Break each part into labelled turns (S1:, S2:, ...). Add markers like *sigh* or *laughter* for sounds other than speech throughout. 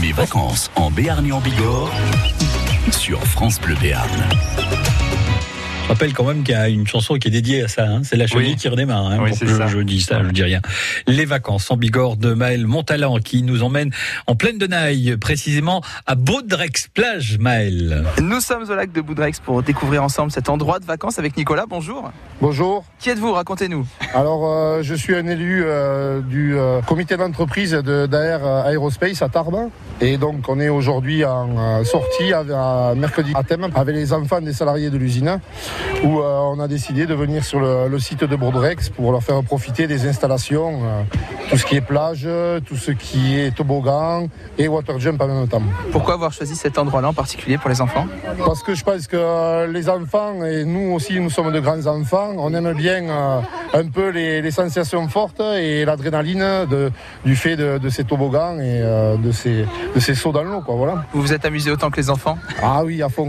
S1: Les vacances en Béarn et en Bigorre sur France Bleu Béarn.
S2: Je rappelle quand même qu'il y a une chanson qui est dédiée à ça. hein. C'est la chenille
S3: Oui.
S2: qui redémarre. hein,
S3: Oui,
S2: pour
S3: c'est
S2: que je-
S3: ça.
S2: Je, dis ça, je dis rien. Les vacances en Bigorre de Maël Montalan qui nous emmène en pleine de Naï, précisément à Baudrex plage, Maël.
S4: Nous sommes au lac de Boudrex pour découvrir ensemble cet endroit de vacances avec Nicolas. Bonjour.
S5: Bonjour.
S4: Qui êtes-vous Racontez-nous.
S5: Alors, euh, je suis un élu euh, du euh, comité d'entreprise de d'Air euh, Aerospace à Tarbes. Et donc, on est aujourd'hui en euh, sortie à, à- mercredi à Thème avec les enfants des salariés de l'usine où euh, on a décidé de venir sur le, le site de Bourdrex pour leur faire profiter des installations, euh, tout ce qui est plage, tout ce qui est toboggan et water jump en même temps.
S4: Pourquoi avoir choisi cet endroit-là en particulier pour les enfants
S5: Parce que je pense que euh, les enfants, et nous aussi, nous sommes de grands enfants, on aime bien euh, un peu les, les sensations fortes et l'adrénaline de- du fait de, de ces toboggans et euh, de, ces, de ces sauts dans l'eau, quoi, voilà.
S4: Vous vous êtes amusé autant que les enfants
S5: Ah oui, à fond.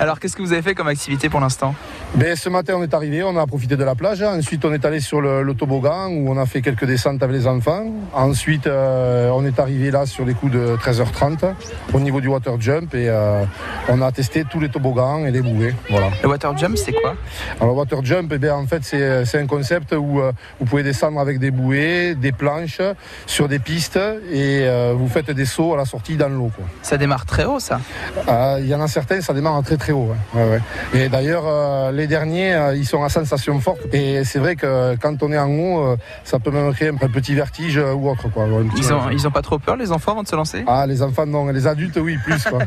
S4: Alors qu'est-ce que vous avez fait comme activité pour l'instant
S5: *laughs* Mais ce matin, on est arrivé, on a profité de la plage. Ensuite, on est allé sur le, le toboggan où on a fait quelques descentes avec les enfants. Ensuite, euh, on est arrivé là sur les coups de 13h30 au niveau du water jump et euh, on a testé tous les toboggans et les bouées, voilà.
S4: Le water jump, c'est quoi
S5: Alors water jump, eh bien, en fait c'est c'est un concept où euh, vous pouvez descendre avec des bouées, des planches, sur des pistes et euh, vous faites des sauts à la sortie dans l'eau. quoi.
S4: Ça démarre très haut, ça.
S5: Euh, Il y en a certains, ça démarre très très haut. ouais. Ouais, ouais. Et d'ailleurs euh, les derniers, euh, ils sont à sensation forte et c'est vrai que quand on est en haut, euh, ça peut même créer un petit vertige euh, ou autre. Quoi. Ouais, un petit-
S4: Ils ont, ils ont pas trop peur, les enfants, avant de se lancer *laughs*
S5: Ah les enfants non, les adultes oui plus. Quoi.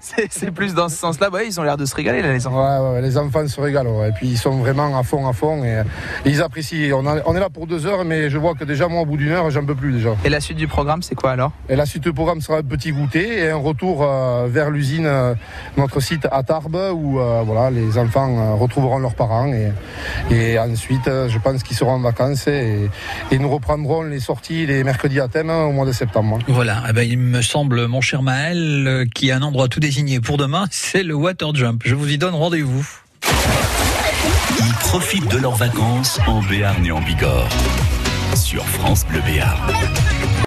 S4: C'est c'est plus dans ce sens-là. Bah, ouais, ils ont l'air de se régaler, là, les enfants.
S5: Ouais, ouais, ouais, les enfants se régalent. ouais. Et puis ils sont vraiment à fond, à fond. Et, euh, ils apprécient. On, a- on est là pour deux heures, mais je vois que déjà, moi, au bout d'une heure, j'en peux plus déjà.
S4: Et la suite du programme, c'est quoi alors
S5: Et la suite du programme sera un petit goûter et un retour euh, vers l'usine, euh, notre site à Tarbes, où euh, voilà, les enfants euh, retrouveront leurs parents. Et, et ensuite, euh, je pense qu'ils seront en vacances et, et nous reprendrons les sorties les mercredis à thème hein, au mois de septembre.
S2: Voilà, eh ben, il me semble, mon cher Maël, euh, qu'il y a un endroit tout désigné pour demain, c'est le water jump. Je vous y donne rendez-vous.
S1: Ils profitent de leurs vacances en Béarn et en Bigorre sur France Bleu Béarn.